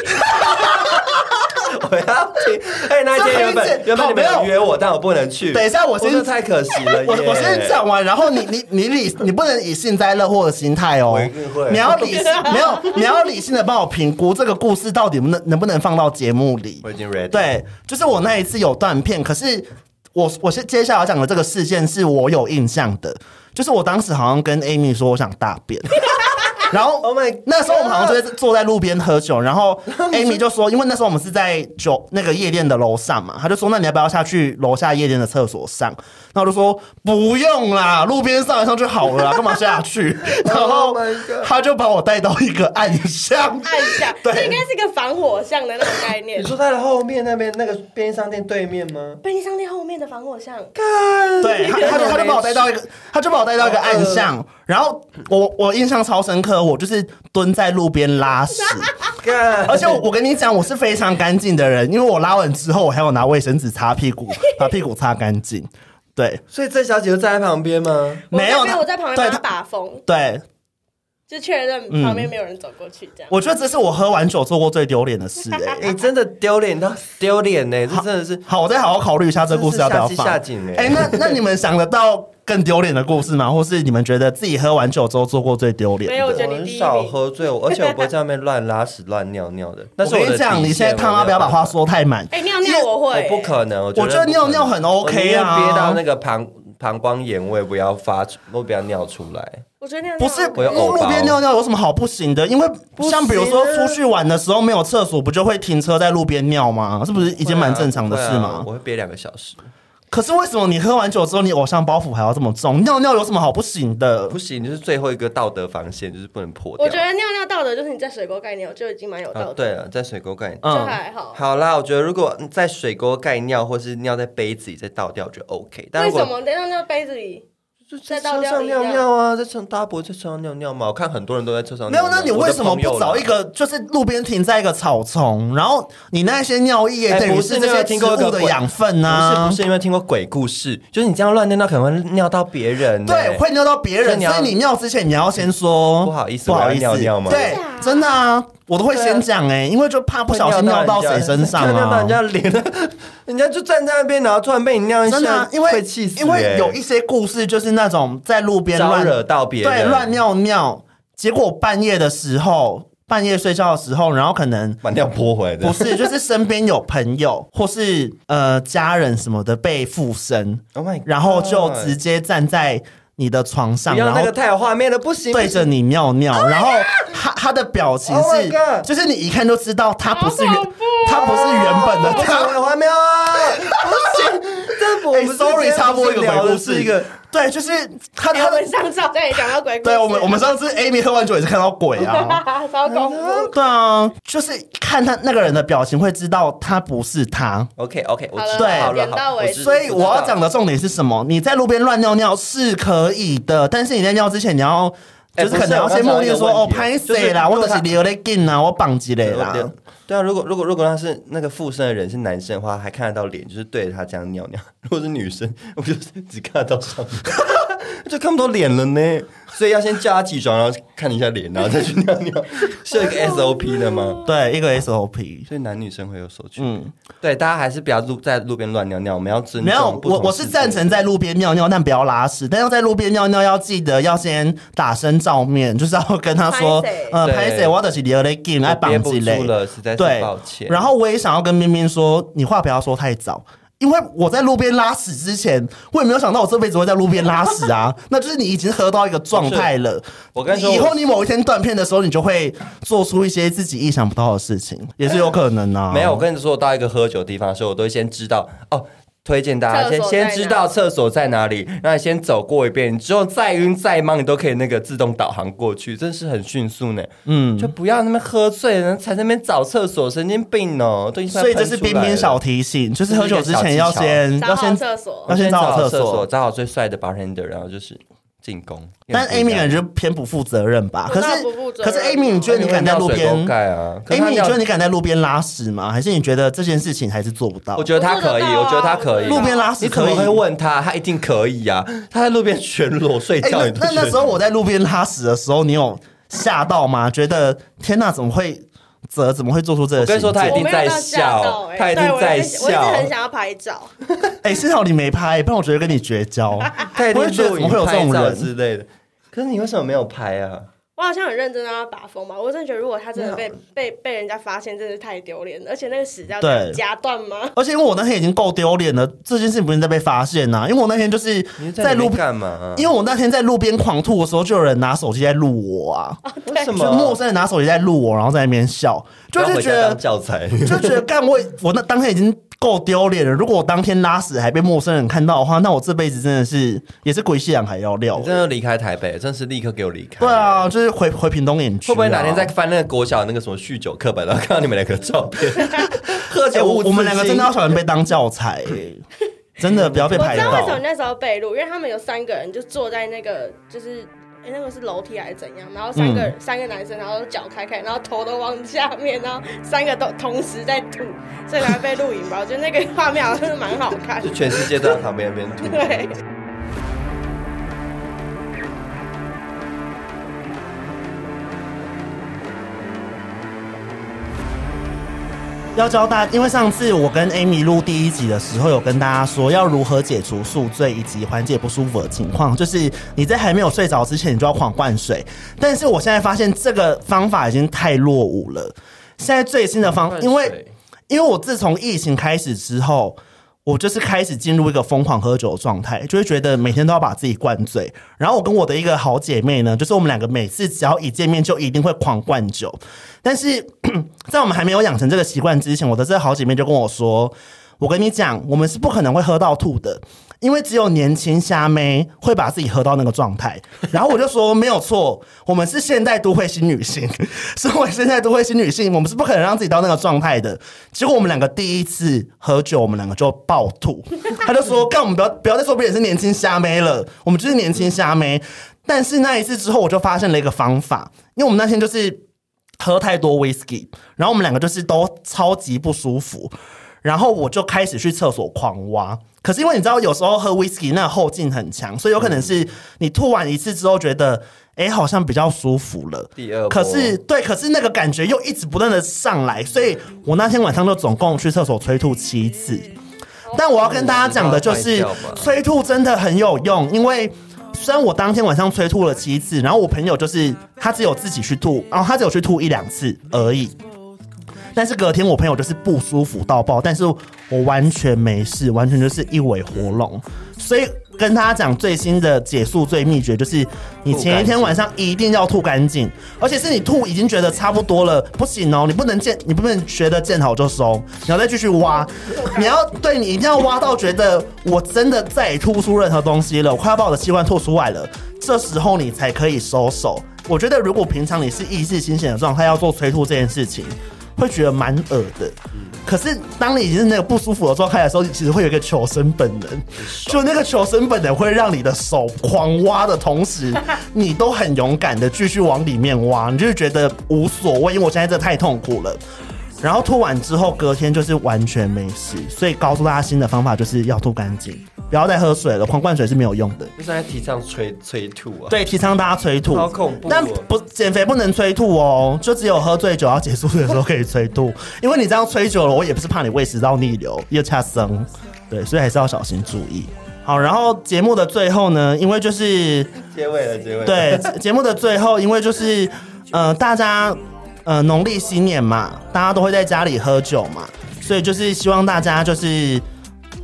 我要听。哎，那天原
这很
本
简
原本你们
好
有
没
约我，但我不能去。
等一下我先
真的太可惜了耶。
我我先讲完，然后你你你理你不能以幸灾乐祸的心态哦
我一定会，
你要理性，没有你要理性的帮我评估这个故事到底能不能能不能放到节目里
我。已经 ready。，
对，就是我那一次有断片，可是我我是接下来要讲的这个事件是我有印象的，就是我当时好像跟 Amy 说我想大 便。然后
Oh my God
那时候我们好像就在坐在路边喝酒，然后 Amy 就说，因为那时候我们是在酒那个夜店的楼上嘛，他就说，那你要不要下去楼下夜店的厕所上？然后我就说不用啦，路边上一上就好了啦，干嘛下去？然后
Oh my God
他就把我带到一个暗巷，
按一 下，
对
这应该是一个防火巷的那种概念
你。说在后面那边那个便利商店对面吗？
便利商店后面的防火巷，
对，他他就他就把我带到一个，他就把我带到一个暗巷，然后我我印象超深刻，我就是蹲在路边拉屎，
干
而且我我跟你讲，我是非常干净的人，因为我拉完之后，我还有拿卫生纸擦 屁股，把屁股擦干净。对，
所以郑小姐就站在旁边吗？
我
没有
在
他
我在旁边
对
帮
他
他把风，
对，
就确认
嗯
旁边没有人走过去这样。
我觉得这是我喝完酒做过最丢脸的事、哎
哎、真的丢脸到丢脸呢，这真的是
啊好，我再好好考虑一下这故事要不要放。
真是下井下井欸
哎、那那你们想得到更丢脸的故事吗？或是你们觉得自己喝完酒之后做过最丢脸的？
没有我觉得
我
你
很
第一
少
名
喝醉，我而且我不会在外面乱拉屎乱尿尿 的。但是
我
我
跟
的
你讲，
底
你现在
线
他
我
妈不
没有
要把话
办法，
说太满。
哎，尿尿我会，
我不可能，我
我觉得
不可能
尿尿很 OK 啊
我宁愿憋到那个膀膀胱炎，我也不要发出，我不要尿出来。
我觉得尿尿
不是
我有
路
偶
路
包
边尿尿有什么好不行的？因为
不
像比如
行
说
啊
出去玩的时候没有厕所，不就会停车在路边尿吗？是不是已
已
经蛮正常的事吗
啊我？会憋两个小时，
可是为什么你喝完酒之后你偶像包袱还要这么重？尿尿有什么好不行的
不？行，就是最后一个道德防线就是不能破掉。
我觉得尿尿道德就是你在水沟盖尿就已经蛮有道
啊，
德，
对了，在水沟盖。
就
嗯，
还好。
好啦，我觉得如果在水沟盖尿，或是尿在杯子里再倒掉，我觉得 OK。但
为
如果
什么在尿尿杯子里？
就在
在
车
倒掉
上
一
尿
样
尿啊，在车大家不会在车上尿尿吗？我看很多人都在车上
没
尿
有，
尿。
那你
我的
为什么
朋友
不找
啦
一？个就是路边停在一个草丛，然后你那些尿液
哎
等于
不是
这
那个
些
听
植
过一个
物的
鬼
养分
不是
啊
不？是，因为听过鬼故事，就是你这样乱尿尿可能会尿到别人、欸
对，。会尿到别
所以
人，
你要
所以你尿之前你要先说
不好意思
不好意思，
我要尿尿吗啊
对，真的啊，我都会先讲哎，因为就怕不小心尿到谁身上
会
啊，
尿到人家脸，人家就站在那边，然后突然被你尿一下，
真的啊、因为
会气死、欸。
因为有一些故事就是那种在路边
招
乱
惹到别人，
对乱，尿尿，结果半夜的时候，半夜睡觉的时候，然后可能
把尿泼回来的
不。是，就是身边有朋友 或是呃家人什么的被附身，
Oh my，God
然后就直接站在你的床上，
不
然
要
后
那个太有画面了，不行。
对着你尿尿，然后他他的表情
Oh my
是
God，
就是你一看就知道他不是原
啊
好恐怖哦
他不是原本的
不行，
他。
我还没有啊，不行，这不我们
哎
之间
，sorry，插播一个
聊
鬼故
的
事，
是一个
对，就是他
哎，我
他
们上次好像也讲到鬼故事，
对我们我们上次 Amy 喝完酒也是看到鬼 啊。
超恐怖。
对啊，就是看他那个人的表情，会知道他不是他。
OK OK，我
好
知
了
道
对
好了
点到
好
为
了，
止
所以我要讲
的
的重点是什么？你在路边乱尿尿是可以的，但是你在尿之前，你要
哎
就是可能要
不是我
先默
刚才
念
有
说：“
问题啊
哦，拍谁啦，
就是
我只是流泪劲啊，我绑几嘞啦。”
对啊，如果如果如果他是那个附身的人是男生的话，还看得到脸，就是对着他这样尿尿； 如果是女生，我就是只看得到上面， 就看不到脸了呢。所以要先叫他起床，然后看一下脸，然后再去尿尿， 是 有一个 SOP 的吗？
对，一个 SOP。
所以男女生会有所区别。对，大家还是不要路在路边乱尿尿，我们要尊重。
嗯没有，我我是赞成。在路边尿尿，但不要拉屎。但要在路边尿尿，要记得要先打声照面，就是要跟他说
拍谁：“
呃，
对
拍谁，我只是流泪劲，爱
我憋
绑
不
几嘞。”
住了，实在
对
是抱歉。，
然后我也想要跟明明说，你话不要说太早，因为我在路边拉屎之前，我也没有想到我这辈子会在路边拉屎 啊。那就是你已经喝到一个状态了。
我跟你说
以
我
后你某一天断片的时候，你就会做出一些自己意想不到的事情，也是有可能啊。
没有，我跟你说，我到一个喝酒的地方的时候，我都会先知道哦。推荐大家
厕
先
所
先
在
知
哪
道厕所在哪里，那你先走过一遍，你之后再晕再忙，你都可以那个自动导航过去，真是很迅速呢。嗯，就不要那边喝醉了才在那边找厕所，神经病哦！都已经快
所以这
喷
是
出来
冰冰
了
小提醒，就是喝酒之前要先
找
要
好
先
厕所
要，先找好
好
厕
厕
所。
找好最帅的 bartender，然后就是进攻。
但 Amy 感觉偏不负责任吧？可
我
是
当然不负责
可
任
是 Amy，你觉得你敢在路边
盖啊可是他
？Amy，你
尿
觉得你敢在路边拉屎吗？还是你觉得这件事情还是做不到
我？觉得他可以，我
我
觉
做
得
得到
他
啊
可以。
路边拉屎
你怎
可
么
以
会问他？他一定可以啊！他在路边全裸睡
哎、
觉，你都
那那那
觉
时
得
候我在路边拉屎的时候，你有吓到吗？觉得天哪，怎么会泽怎么会做出这个
我跟
行
你说他
径？
一定
我没有到吓
在笑
到哎
啊他一定
对我
在
一直我一直
笑
很想要拍照，
哎、幸好你没拍，不然我觉得跟你绝交。
他一定
我就觉得
录
怎
影
么会有这种
拍照
人
之类的。可是你为什么没有拍啊？
我好像很认真让他把风吧，我真的觉得如果他真的被被被人家发现，真的是太丢脸了，而且那个屎要
对
夹断吗？
而且因为我那天已经够丢脸了，这件事情不应该被发现呐、因为我那天就是
你在
在
路
路
边
边，
干嘛啊？
因为我那天在路边狂吐的时候，就有人拿手机在录我啊，
为什么
就陌生人拿手机在录我，然后在那 边笑，就
要
是
回
觉
家
得
当教材？
就觉得干我我那当天已经够丢脸了，如果我当天拉屎还被陌生人看到的话，那我这辈子真的是也是鬼戏眼还要料
你。真的离开台北，真是立刻给我离开。
对啊，就是回回屏东演区、啊
会不会哪天在？翻那个国小那个什么酗酒课本，然后看到你们两个的照片？喝
哎、
酒
我
误
我们
自
两个
尽
真的要小心被当教材、 欸真的不要被
我
拍
知道为什么
到
你。那时候被录，因为他们有三个人就坐在那个就是。哎、那个是楼梯还是怎样？然后三个、三个男生，然后脚开开，然后头都往下面，然后三个都同时在吐，所以才会被录影吧。我觉得那个画面好像是蛮好看 的
就。全世界都在旁边那边吐。
对，
要教大家，因为上次我跟 Amy 录第一集的时候，有跟大家说要如何解除宿醉以及缓解不舒服的情况，就是你在还没有睡着之前，你就要狂灌水。但是我现在发现这个方法已经太落伍了。现在最新的方， 因为因为我自从疫情开始之后，我就是开始进入一个疯狂喝酒的状态，就会觉得每天都要把自己灌醉。然后我跟我的一个好姐妹呢，就是我们两个每次只要一见面就一定会狂灌酒。但是 在我们还没有养成这个习惯之前，我的这个好姐妹就跟我说：“我跟你讲，我们是不可能会喝到吐的。”因为只有年轻虾妹会把自己喝到那个状态，然后我就说没有错，我们是现代都会新女性， 身为现代都会新女性，我们是不可能让自己到那个状态的。结果我们两个第一次喝酒，我们两个就爆吐。 他就说：“干，我们不要不要再说别人是年轻虾妹了，我们就是年轻虾妹。”但是那一次之后，我就发现了一个方法，因为我们那天就是喝太多 whisky，然后我们两个就是都超级不舒服，然后我就开始去厕所狂挖。可是因为你知道，有时候喝 whisky 那个后劲很强，所以有可能是你吐完一次之后觉得，哎、好像比较舒服了。
第二波
可是对，可是那个感觉又一直不断的上来，所以我那天晚上就总共去厕所催吐七次。但我要跟大家讲的就
你知
是
道坏掉吧，
催吐真的很有用，因为虽然我当天晚上催吐了七次，然后我朋友就是他只有自己去吐，然后他只有去吐一两次而已。但是隔天我朋友就是不舒服到爆，但是我完全没事，完全就是一尾活龙。所以跟他讲最新的解宿醉秘诀，就是你前一天晚上一定要吐干净，而且是你吐已经觉得差不多了，不行哦，你不能见，你不能觉得见好就收，你要再继续挖，你要对你一定要挖到觉得我真的再也吐不出任何东西了，我快要把我的器官吐出来了，这时候你才可以收手。我觉得如果平常你是意识清醒的状态，要做催吐这件事情，会觉得蛮恶的。可是当你已经是那个不舒服的状态的时候，你其实会有一个求生本能，就那个求生本能会让你的手狂挖的同时，你都很勇敢的继续往里面挖，你就是觉得无所谓，因为我现在真的太痛苦了。然后吐完之后，隔天就是完全没事，所以告诉大家新的方法就是要吐干净，不要再喝水了，狂灌水是没有用的。
就是在提倡催催吐啊。
对，提倡大家催吐，
好恐怖哦
但不减肥不能催吐哦，就只有喝醉酒要结束的时候可以催吐，因为你这样催久了，我也不是怕你胃食道逆流又恰生，对，所以还是要小心注意。好，然后节目的最后呢，因为就是
结尾了，结尾了。
对节目的最后，因为就是呃，大家呃农历新年嘛，大家都会在家里喝酒嘛，所以就是希望大家就是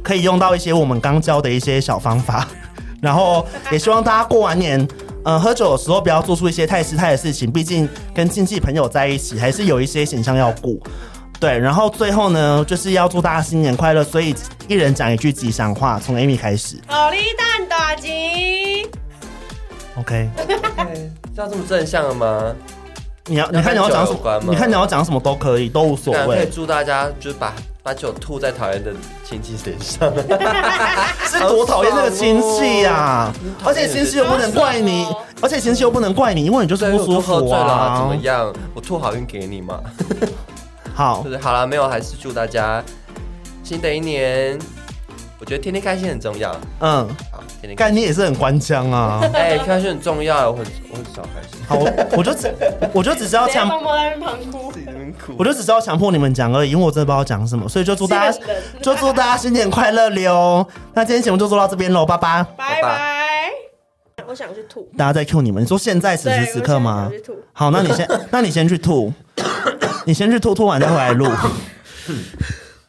可以用到一些我们刚教的一些小方法， 然后也希望大家过完年。呃，喝酒的时候不要做出一些太失态的事情，毕竟跟亲戚朋友在一起，还是有一些形象要顾。对，然后最后呢，就是要祝大家新年快乐，所以一人讲一句吉祥话，从 Amy 开始。
好利蛋大吉，
OK，
对，这样这么正向了吗？
你要你看你要
要跟
讲什
酒有关
么，
吗
你看你要讲什么都可以，都无所
那可
谓
以。祝大家就是把把酒吐在讨厌的亲戚脸上。
是多讨厌那个亲戚呀、啊！
哦
而且亲戚又不能怪你
好爽哦，
而且亲戚又不能怪你，因为你就是
对，
不
我
舒
都喝
服
醉了，怎
啊
么。样？我吐好运给你嘛。
好
就，是 好了，没有，还是祝大家新的一年，我觉得天天开心很重要。
嗯，
好，天天开
干
心。
你也是很官腔啊。
哎，开心很重要，我很我很少开心。
好，我我就只我就只是要
直接默
强，
默在那边旁哭。
自己在那边哭
我就只是要强迫你们讲而已，因为我真的不知道讲什么，所以就祝大家
是人
就祝大家新年快乐溜。那今天节目就做到这边喽，拜拜！
拜拜。我想去吐。
大家在 Q 你们，你说现在此时
对
此刻
我
吗
想去？吐
好，那你先，那你先去吐，你先去吐，吐完再回来录。